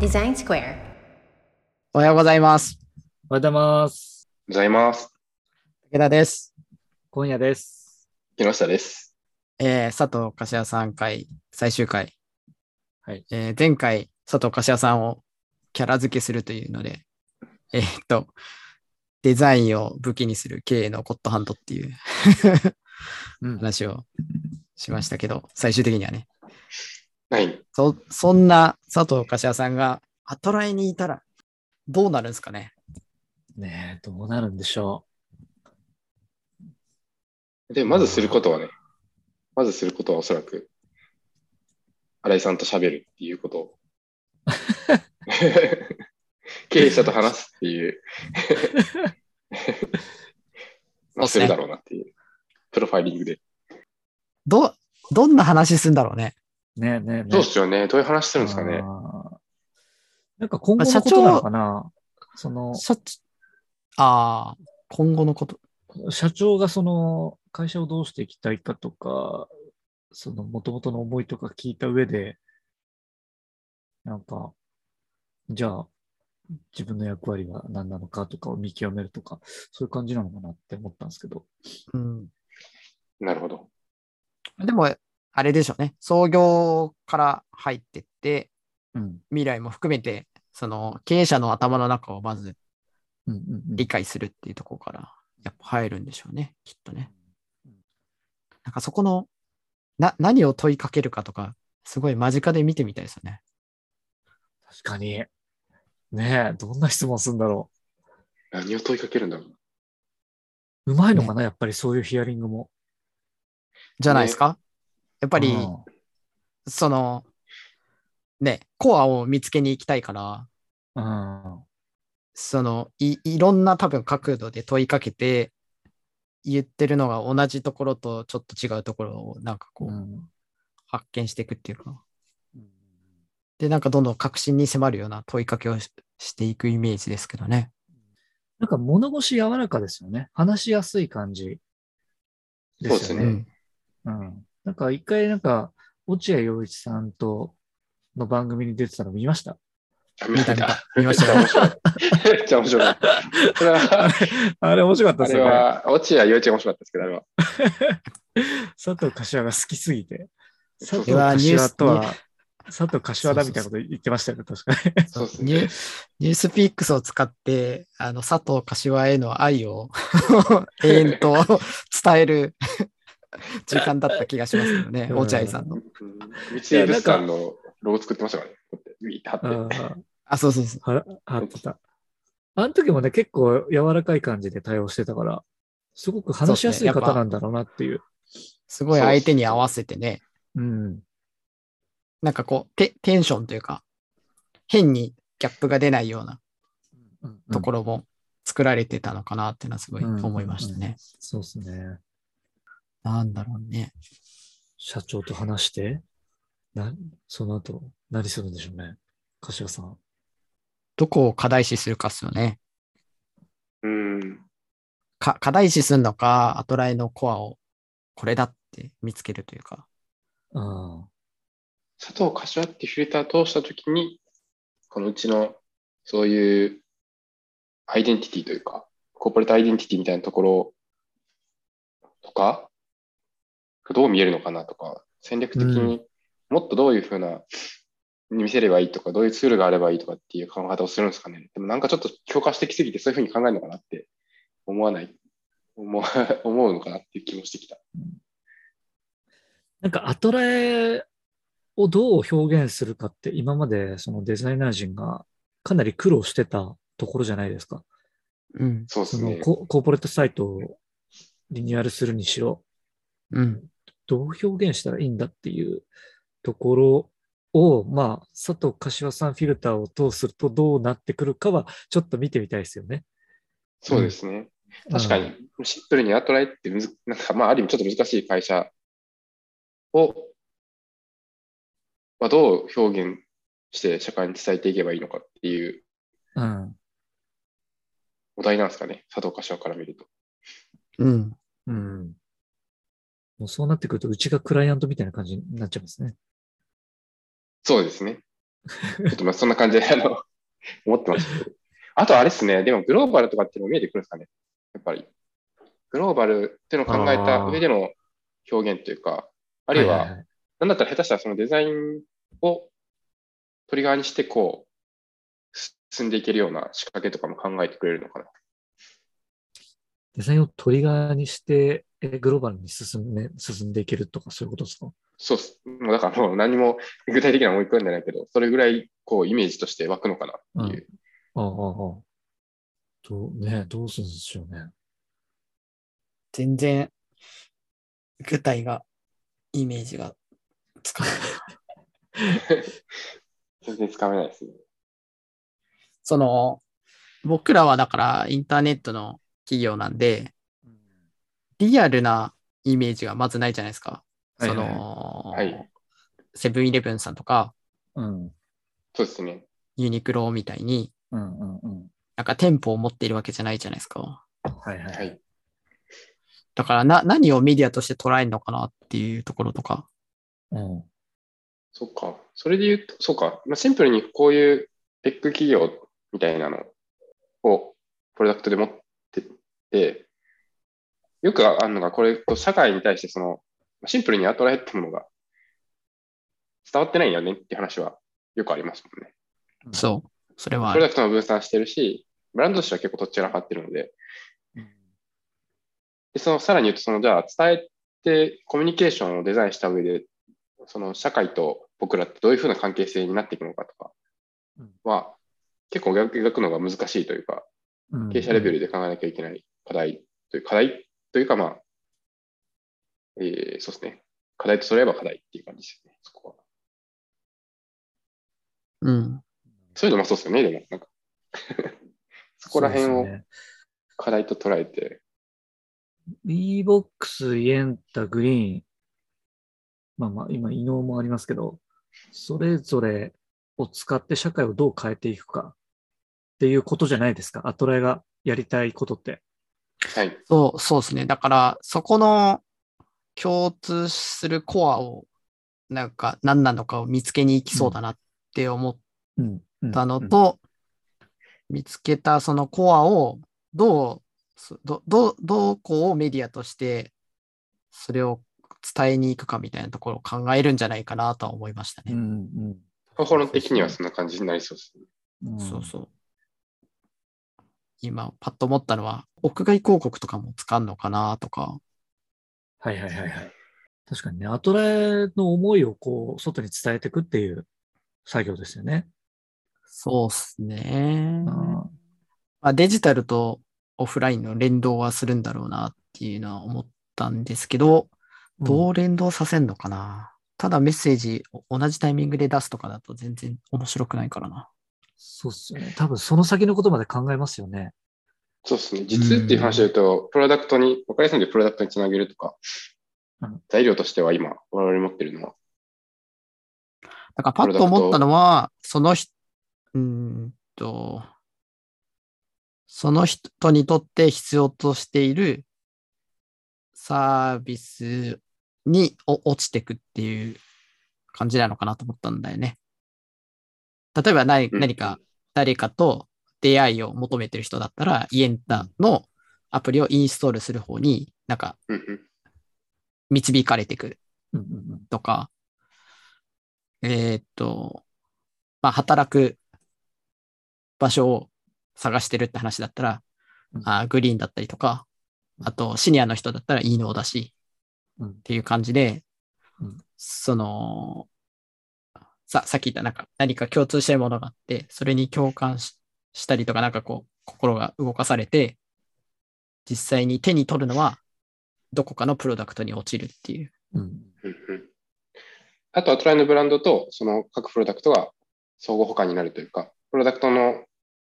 デザインスクエア。おはようございます。おはようございます。ございます。武田です。今夜です。木下です。えー佐藤柏さん会最終回。はいえー前回、佐藤柏さんをキャラ付けするというので、えーっと、デザインを武器にする経営のゴッドハンドっていううん話をしましたけど、最終的にはね。はい。そそんな佐藤柏さんがアトライにいたらどうなるんですかねねえ、どうなるんでしょで、まずすることはね、まずすることはおそらく、新井さんと喋るっていうことを。経営者と話すっていう。まあ、するだろうなっていう。プロファイリングで。ど、どんな話するんだろうね。う。ねえねえねえ。どうっすよね。どういう話するんですかね。あーなんか今後社のこ長となのかなその、社長ああ、今後のこと。社長がその、会社をどうしていきたいかとか、その、もともとの思いとか聞いた上で、なんか、じゃあ、自分の役割は何なのかとかを見極めるとか、そういう感じなのかなって思ったんですけど。うんなるほど。でも、あれでしょうね。創業から入ってって、うん。未来も含めて、その経営者の頭の中をまずうんうんうん。理解するっていうところから、やっぱ入るんでしょうね、きっとね。なんかそこの、な、何を問いかけるかとか、すごい間近で見てみたいですよね。確かに。ねえ、どんな質問するんだろ何を問いかけるんだろう。う。うまいのかな、やっぱりそういうヒアリングも。じゃないですかやっぱり、うんその、ね、コアを見つけに行きたいから、うん。そのいいろんな多分角度で問いかけて言ってるのが同じところとちょっと違うところをなんかこううん発見していくっていうか、でなんかどんどん革新に迫るような問いかけをししていくイメージですけどね。なんか物腰柔らかですよね。話しやすい感じですよそうでうすねね。ん、うん。なんか一回なんか、落合陽一さんとの番組に出てたの見ました。あ見見たた見た か。。見ましたよ。めっちゃ面白かった。それは、あれ面白かったあですれよね。は、落合陽一が面白かったですけど、あれは。佐藤柏が好きすぎて。佐藤うわニュー柏スとは、佐藤柏だみたいなこと言ってましたよね、確かに。そうですニねュ。ニュースピックスを使ってあの佐藤柏への愛を永遠と伝える 時間だった気がしますけどね、うん落合さんの。うん道江物産のロゴ作ってましたからね。こうやってビーって貼って。うんあ、そうそうそう。は、はってた。あの時もね、結構柔らかい感じで対応してたから、すごく話しやすそうでいすねやっぱ方なんだろうなっていう。すごい相手に合わせてね、うん。なんかこうテ、テンションというか、変にギャップが出ないようなうんところも作られてたのかなっていうのはすごいうん思いましたね。そうですね。なんだろうね。社長と話して、な、その後、何するんでしょうね。柏さん。どこを課題視するかっすよね。うん。か課題視するのか、アトライのコアをこれだって見つけるというか。あ佐藤柏ってフィルター通したときに、このうちのそういうアイデンティティというか、コーポレートアイデンティティみたいなところとか、どう見えるのかなとか、戦略的にもっとどういうふうな、に見せればいいとか、どういうツールがあればいいとかっていう考え方をするんですかね。でもなんかちょっと強化してきすぎて、そういうふうに考えるのかなって思わない、思わ 思うのかなっていう気もしてきた。なんか、アトラエをどう表現するかって、今までそのデザイナー陣がかなり苦労してたところじゃないですか。うん。そうでそすのね。ココーポレートサイトをリニューアルするにしろ、うん。どう表現したらいいんだっていうところを、まあ、佐藤柏さんフィルターを通すとどうなってくるかは、ちょっと見てみたいですよね。そうですね。確かうにん。、シンプルにアトライってむず、なんか、まあ、ある意味ちょっと難しい会社を、まあ、どう表現して社会に伝えていけばいいのかっていううん。お題なんですかね、佐藤柏から見ると。うん。うん。もうそうなってくると、うちがクライアントみたいな感じになっちゃいますね。そうですね。ちょっとまあそんな感じで、 あの、思ってました。あとあれですね、でもグローバルとかっていうのも見えてくるんですかね、やっぱり。グローバルっていうのを考えた上での表現というか、あるいは、いいいなんだったら下手したらそのデザインをトリガーにして、こう、す進んでいけるような仕掛けとかも考えてくれるのかな。デザインをトリガーにして、えグローバルに進め、進んでいけるとか、そういうことですかそうっす。もうだからもう何も 具体的な思い込んでないけど、それぐらいこうイメージとして湧くのかなっていう。ああ、ああ、ああ。どう、ね、どうするんでしょうね。全然、具体が、イメージがつかない。 全然つかめないですね。その、僕らはだからインターネットの企業なんで、リアルなイメージがまずないじゃないですか。はいそはいの、はいセブンイレブンさんとか、うん。そうですね。ユニクロみたいに、うんうんうん。なんか店舗を持っているわけじゃないじゃないですか。はいはい。はい。だからな、何をメディアとして捉えるのかなっていうところとか。うん。そっか。それで言うと、そうか。まあ、シンプルにこういうテック企業みたいなのをプロダクトで持ってて、よくあるのが、これ、社会に対してその、まあシンプルにアトライってものが伝わってないよねっていう話はよくありますもんね。そう。それはあプロるダクトも分散してるし、ブランドとしては結構とっちらかってるので、でそのさらに言うと、そのじゃあ伝えてコミュニケーションをデザインした上で、その社会と僕らってどういうふうな関係性になっていくのかとかは、結構描くのが難しいというか、うん。経営者レベルで考えなきゃいけない課題という課題というか、まあ、えーそうですね。課題とそれば課題っていう感じですよね、そこは。うん。そういうのもそうですよね、でも、なんか そこら辺そうをですね課題と捉えて、 B-BOX、イエンタ、グリーン、まあまあ、今、異能もありますけど、それぞれを使って社会をどう変えていくかっていうことじゃないですか。アトライがやりたいことって。はい。そう、そうですね。だから、そこの共通するコアを、なんか何なのかを見つけに行きそうだなって思っうん。うんったの、と、見つけたそのコアをどうそどどどうこうメディアとしてそれを伝えに行くかみたいなところを考えるんじゃないかなとは思いましたうん、ね。うんうん方法論的にはそんな感じになりそうですね。うんそうそう。今パッと思ったのは屋外広告とかも使うのかなとか。はいはいはいはい。確かにね、アトライの思いをこう、外に伝えていくっていう作業ですよね。そうっすね。うんまあ、デジタルとオフラインの連動はするんだろうなっていうのは思ったんですけど、どう連動させんのかな、ただメッセージを同じタイミングで出すとかだと全然面白くないからな。そうっすよね。多分その先のことまで考えますよね。そうですね。実っていう話で言うと、プロダクトに、わかりやすいんでプロダクトにつなげるとかうん、材料としては今、我々持ってるのは、だからパッと思ったのは、その人、うーんと、その人にとって必要としているサービスにお落ちてくっていう感じなのかなと思ったんだよね。例えば何うん何か誰かと出会いを求めてる人だったら、イエンタのアプリをインストールする方になんかうんうん導かれてくるうんうんうんとか、えーっと、まあ、働く場所を探してるって話だったらうん、あーグリーンだったりとか、あとシニアの人だったらいいのだし、うんっていう感じでうん、その、さ、さっき言ったなんか何か共通してるものがあって、それに共感ししたりとか、なんかこう、心が動かされて、実際に手に取るのは、どこかのプロダクトに落ちるっていう。うんうんうんあと、アトライのブランドと、その各プロダクトが相互補完になるというか、プロダクトの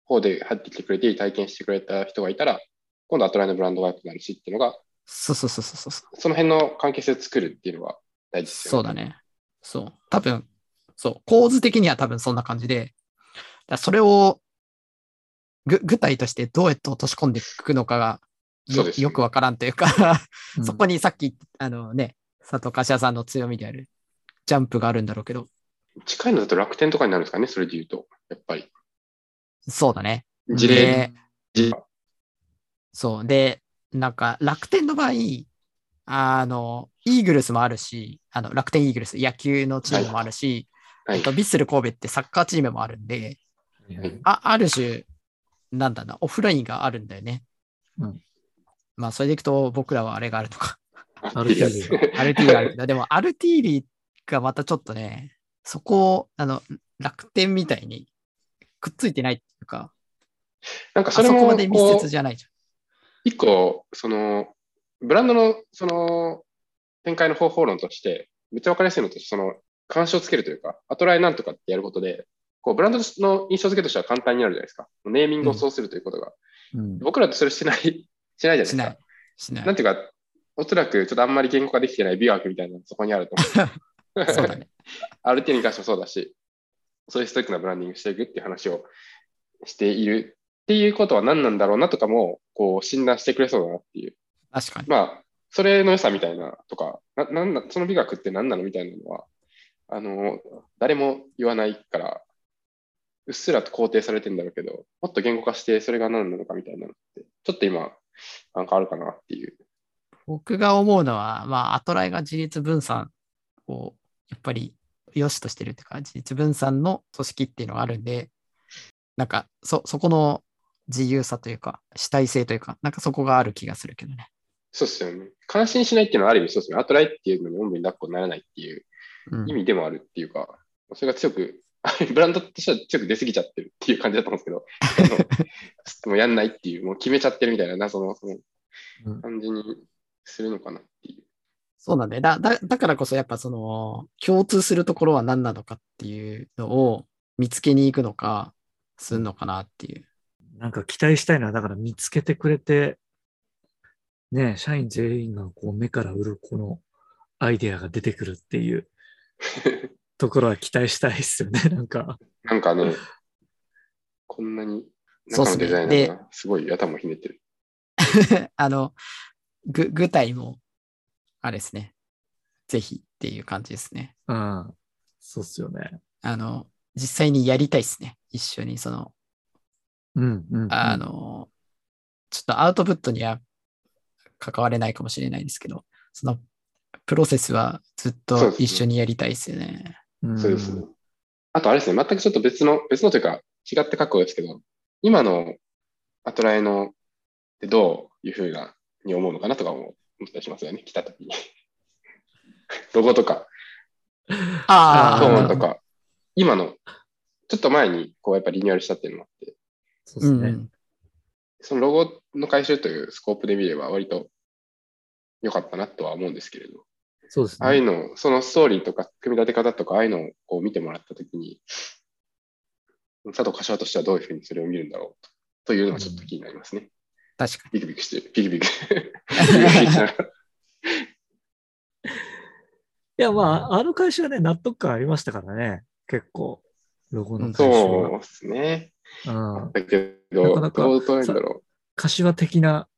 方で入ってきてくれて、体験してくれた人がいたら、今度アトライのブランドが良くなるしっていうのが、そうそうそうそうそう。その辺の関係性を作るっていうのが大事ですそうよね。だね。そう。多分、そう。構図的には多分そんな感じで、だそれをぐ具体としてどうやって落とし込んでいくのかがそよ,、うですねよくわからんというか、うんそこにさっき、あのね、佐藤柏さんの強みであるジャンプがあるんだろうけど、近いのだと楽天とかになるんですかね、それで言うと。やっぱり。そうだね。事で例、事そう。で、なんか楽天の場合、あの、イーグルスもあるし、あの、楽天イーグルス、野球のチームもあるし、はいえっと、ヴィッセル神戸ってサッカーチームもあるんで、はいはいあある種、なんだな、オフラインがあるんだよね。うんまあ、それでいくと、僕らはあれがあるの か。ある程度アルティーリがあるけど、でも、アルティーリがまたちょっとね、そこを、あの、楽天みたいにくっついてないっていうか、 なんかあそそれこもまで密こう接じゃないじ一個、その、ブランドの、その、展開の方法論として、めっちゃわかりやすいのとして、その、監視をつけるというか、アトライなんとかってやることで、こう、ブランドの印象付けとしては簡単になるじゃないですか。ネーミングをそうするということが。うん僕らとそれしてない、してないじゃないゃん。でしすか。ない。しななんい。ていうか、おそらくちょっとあんまり言語化できてない美学みたいなのがそこにあると思う。 そうだね。 ある程度に関してもそうだし、そういうストイックなブランディングしていくっていう話をしているっていうことは何なんだろうなとかも、こう診断してくれそうだなっていう。確かに。まあ、それの良さみたいなとか、ななんなその美学って何なのみたいなのは、あの、誰も言わないから、うっすらと肯定されてんだろうけど、もっと言語化してそれが何なのかみたいなのって、ちょっと今、なんかあるかなっていう。僕が思うのは、まあ、アトライが自立分散をやっぱり良しとしてるっていうか、自立分散の組織っていうのがあるんで、なんかそ、そこの自由さというか、主体性というか、なんかそこがある気がするけどね。そうですよね。関心しないっていうのはある意味そうですね。アートライっていうのにおんぶに抱っこにならないっていううん意味でもあるっていうか、それが強く、 ブランドとしては強く出過ぎちゃってるっていう感じだと思うん ですけど、あのもうやんないっていう、もう決めちゃってるみたいな謎のそのうん感じにするのかなっていう。そうなんだよだだだからこそやっぱその共通するところは何なのかっていうのを見つけに行くのかするのかなっていう。 なんか期待したいのは、だから見つけてくれて、ねえ、社員全員がこう目から鱗のアイデアが出てくるっていうところは期待したいですよね、 なんか。 なんかね、こんなにそうっ中すのねデザイナーがすごい頭をひねってる。あの、ぐ、具体も、あれですね。ぜひっていう感じですね。うん。そうっすよね。あの、実際にやりたいですね。一緒に、その、うん、うん。あ、の、ちょっとアウトプットには関われないかもしれないですけど、その、プロセスはずっそとうですね一緒にやりたいですよね。うん、そうですね。あとあれですね、全くちょっと別の、別のというか違った格好ですけど、今のアトラエのってどういうふうなに思うのかなとかも思ったりしますよね、来た時に。 ロゴとか、あトーーンそとか、今の、ちょっと前にこうやっぱリニューアルしたっていうのもあって、そううですんうね。ん。そのロゴの回収というスコープで見れば割と良かったなとは思うんですけれど、そうですね。ああいうのを、そのストーリーとか組み立て方とか、ああいうのをこう見てもらったときに、佐藤柏としてはどういうふうにそれを見るんだろうというのがちょっと気になりますね。確かビクビクしてる。ビクビク。ビクビクしに。ながらいや、まあ、あの会社はね、納得感ありましたからね、結構、ロゴの会社は。そうですね。うん、だけなど、かなかどう捉えるんだろ柏的な、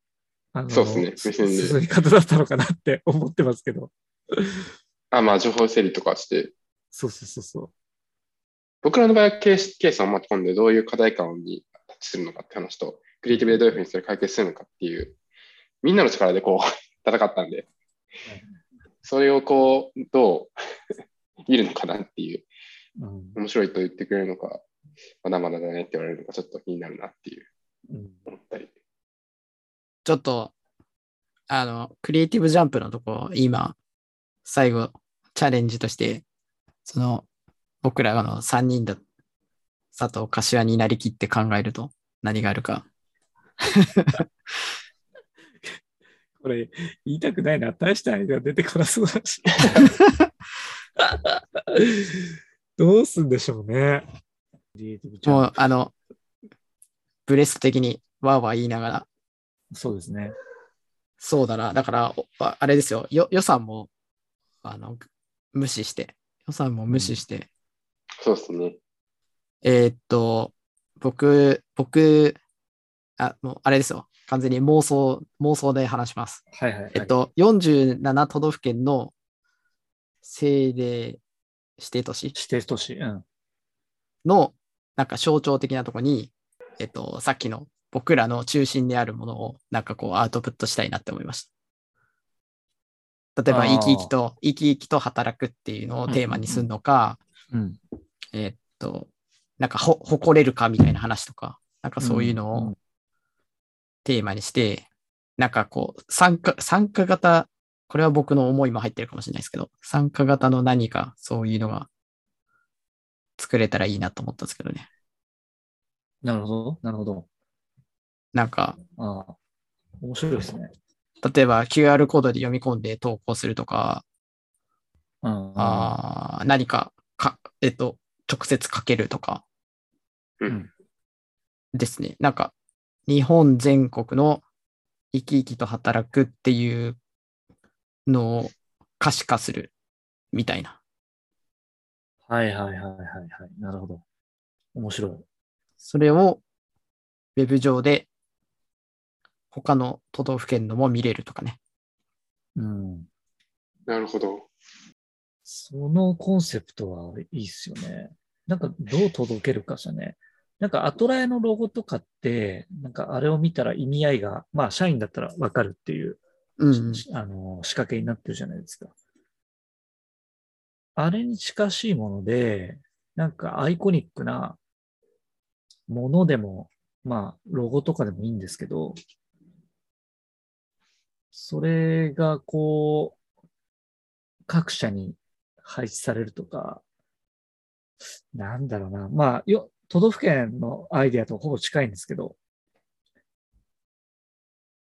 あの、そうっすね目線で進み方だったのかなって思ってますけど。う。あ、まあ、情報整理とかして、そうそうそうそう。僕らの場合はケースケースを巻き込んで、どういう課題感にタッチするのかって話と、クリエイティブでどういうふうにそれを解決するのかっていう、みんなの力でこう、 戦ったんで、それをこう、どう見るのかなっていう。うん面白いと言ってくれるのか、まだまだだねって言われるのか、ちょっと気になるなっていううん、思ったり。ちょっと、あの、クリエイティブジャンプのとこ、今、最後、チャレンジとして、その、僕らの3人だ、佐藤柏になりきって考えると、何があるか。これ、言いたくないな、大したアイデア出てこなそうだ し。どうすんでしょうね。クリエイティブジャンもう、あの、ブレスト的に、わーわー言いながら、そうですね。そうだな。だから、おああれですよよ、予算も、あの、無視して、予算も無視して、そうですね。えーっと、僕、僕、あ、もう、あれですよ。完全に妄想、妄想で話します。はいはい、はい。えっと、47都道府県の政令指定都市指定都市。うん。の、なんか象徴的なとこに、えっと、さっきの僕らの中心であるものを、なんかこうアウトプットしたいなって思いました。例えば、あ生ーき生きと、生き生きと働くっていうのをテーマにするのか、うん。えっと、なんかほ、誇れるかみたいな話とか、なんかそういううんのうをテーマにして、なんかこう、参加、参加型、これは僕の思いも入ってるかもしれないですけど、参加型の何か、そういうのが作れたらいいなと思ったんですけどね。なるほど。なるほど。なんか、ああ。面白いですね。例えば QR コードで読み込んで投稿するとか、うん。ああ。。ー何かか、えっと、直接かけるとかうんですね。なんか、日本全国の生き生きと働くっていうのを可視化するみたいな。はいはいはいはいはい。なるほど。面白い。それをウェブ上で他の都道府県のも見れるとかね。うん。なるほど。そのコンセプトはいいっすよね。なんかどう届けるかじゃね。なんかアトラエのロゴとかって、なんかあれを見たら意味合いが、まあ社員だったらわかるっていう、うんうん。しあの仕掛けになってるじゃないですか。あれに近しいもので、なんかアイコニックなものでも、まあロゴとかでもいいんですけど、それがこう、各社に配置されるとか、なんだろうな。まあ、よ、都道府県のアイデアとほぼ近いんですけど、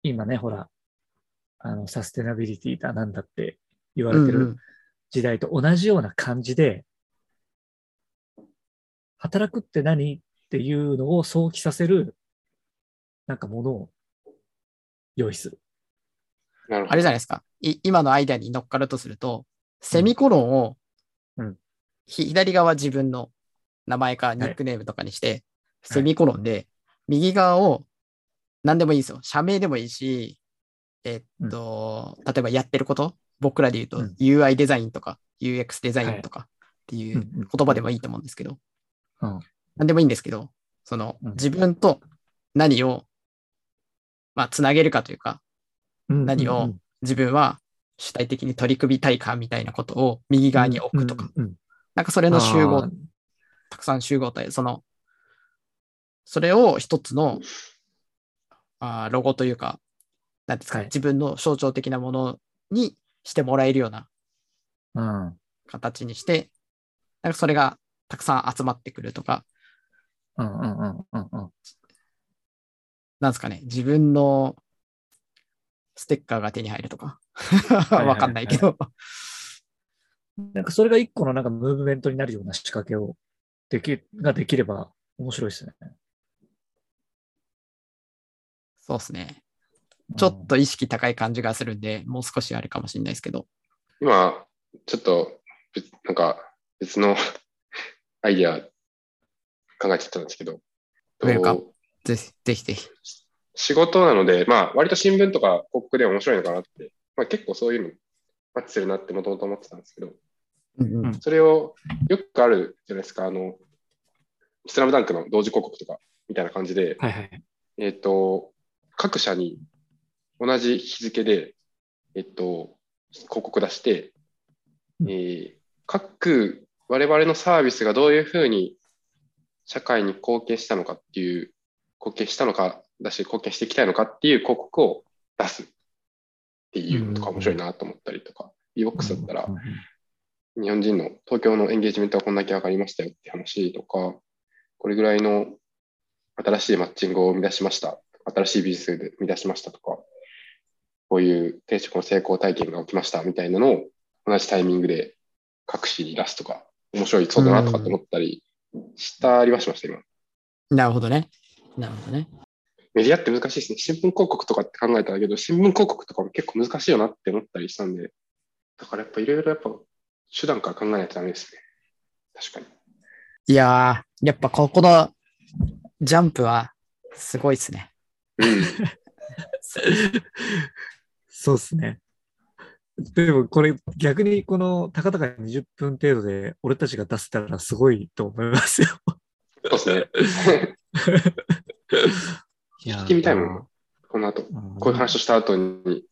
今ね、ほら、あの、サステナビリティだなんだって言われてうんうるん時代と同じような感じで、働くって何っていうのを想起させる、なんかものを用意する。なるほあど。れじゃないですか。い今のアイデアに乗っかるとすると、セミコロンを、うんひ左側自分の名前かニックネームとかにして、セミコロンで、右側を何でもいいですよ。社名でもいいし、えっと、例えばやってること、僕らで言うとうん UI デザインとか UX デザインとかっていううんうん言葉でもいいと思うんですけど、うん何でもいいんですけど、そのうん自分と何を、まあ、つなげるかというか、うん何をうん自分は主体的に取り組みたいかみたいなことを右側に置くとか、。うんうんうんなんかそれの集あ合ー、たくさん集合体、その、それを一つのあーロゴというか、なんていうんですか、はい自分の象徴的なものにしてもらえるようなうん。形にして、なんかそれがたくさん集まってくるとか、うんうんうんうんうん。なんですかね、自分のステッカーが手に入るとか、はいは いわかんないけど、なんかそれが一個のなんかムーブメントになるような仕掛けをでき、ができれば面白いですね。そうですね。ちょっと意識高い感じがするんで、もう少しあれかもしれないですけど。今、ちょっと別、なんか別の アイデア考えちゃったんですけど。ウェルカムとぜひ、ぜひぜひ。仕事なので、まあ、割と新聞とか広告で面白いのかなって、まあ、結構そういうのマッチするなってもともと思ってたんですけど、うんうんうんそれをよくあるじゃないですか、あの、スラムダンクの同時広告とかみたいな感じで、うん。はいはい。えっ、と、各社に同じ日付で、えっ、と、広告出して、えー各我々のサービスがどういうふうに社会に貢献したのかっていう、貢献したのかだし、貢献していきたいのかっていう広告を出すっていうのとか面白いなと思ったりとか、EBOX だったらうん、 日本人の東京のエンゲージメントはこんだけ上がりましたよって話とか、これぐらいの新しいマッチングを生み出しました、新しいビジネスで生み出しましたとか、こういう転職の成功体験が起きましたみたいなのを同じタイミングで各紙に出すとか、面白いそうだなとかって思ったりしたりはしました、今。なるほどね。なるほどね。メディアって難しいですね。新聞広告とかって考えたけど、新聞広告とかも結構難しいよなって思ったりしたんで、だからやっぱいろいろやっぱ手段から考えないとダメですね。確かに。いやー、やっぱここのジャンプはすごいですね。 うんそうですね。でもこれ逆にこのたかたか20分程度で俺たちが出せたらすごいと思いますよ。そうですね。いや聞いてみたいもん。この後、こういう話をした後に、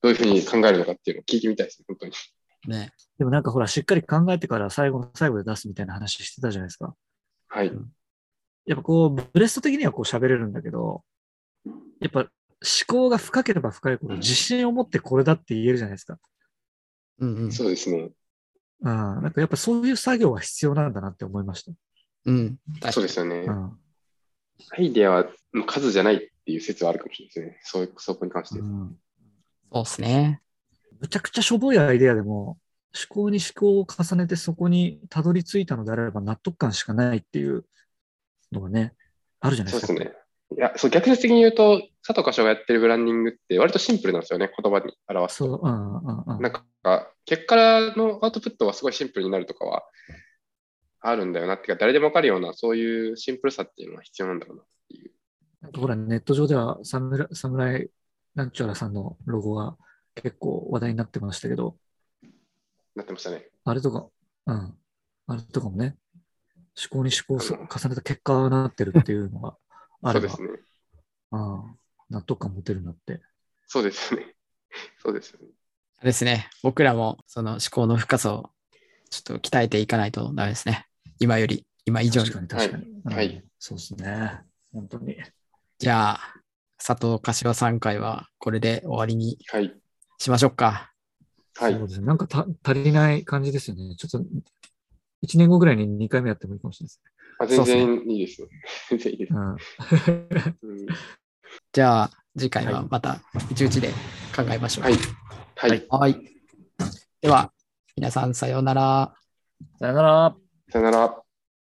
どういうふうに考えるのかっていうのを聞いてみたいですね、本当に。ね。でもなんかほら、しっかり考えてから最後の最後で出すみたいな話してたじゃないですか。はい。やっぱこう、ブレスト的にはこう喋れるんだけど、やっぱ思考が深ければ深いほど自信を持ってこれだって言えるじゃないですか。うんうん。そうですね。うん。なんかやっぱそういう作業は必要なんだなって思いましうん。そう確ですよねた。う。ん。アイデアはの数じゃないっていう説はあるかもしれないですね。そういうそこに関してう。ん、そうですね。むちゃくちゃしょぼいアイデアでも、思考に思考を重ねてそこにたどり着いたのであれば納得感しかないっていうのがね、あるじゃないそでうすでか。すね。いや、そう、逆説的に言うと、佐藤歌唱がやってるブランディングって割とシンプルなんですよね、言葉に表すと。そう、うんうんうん。なんか、結果からのアウトプットはすごいシンプルになるとかはあるんだよなっていうか、誰でもわかるような、そういうシンプルさっていうのは必要なんだろうなっていう。なんかほら、ネット上ではサムラ、サムライなんちゃらさんのロゴが結構話題になってましたけど、なってましたね。あれとか、うん、あれとかもね、思考に思考を重ねた結果になってるっていうの があれそうば、ですね。うん、納得感持てるなって。そうですね。 そうですよね。あれですね。僕らもその思考の深さをちょっと鍛えていかないとダメですね。今より、今以上に確。かに確かに。はいはうんいそうですね。本当に。じゃあ、佐藤柏さん会はこれで終わりにはい。しましょうか。そはうい。ですね。なんかた足りない感じですよね。ちょっと、1年後ぐらいに2回目やってもいいかもしれあ全然いいですね。 全然いいです。ないですね。うん。うんじゃあ、次回はははまた一日で考えましょう。はい。はい。はい。では、皆さんさようなら。さよなら。さよなら。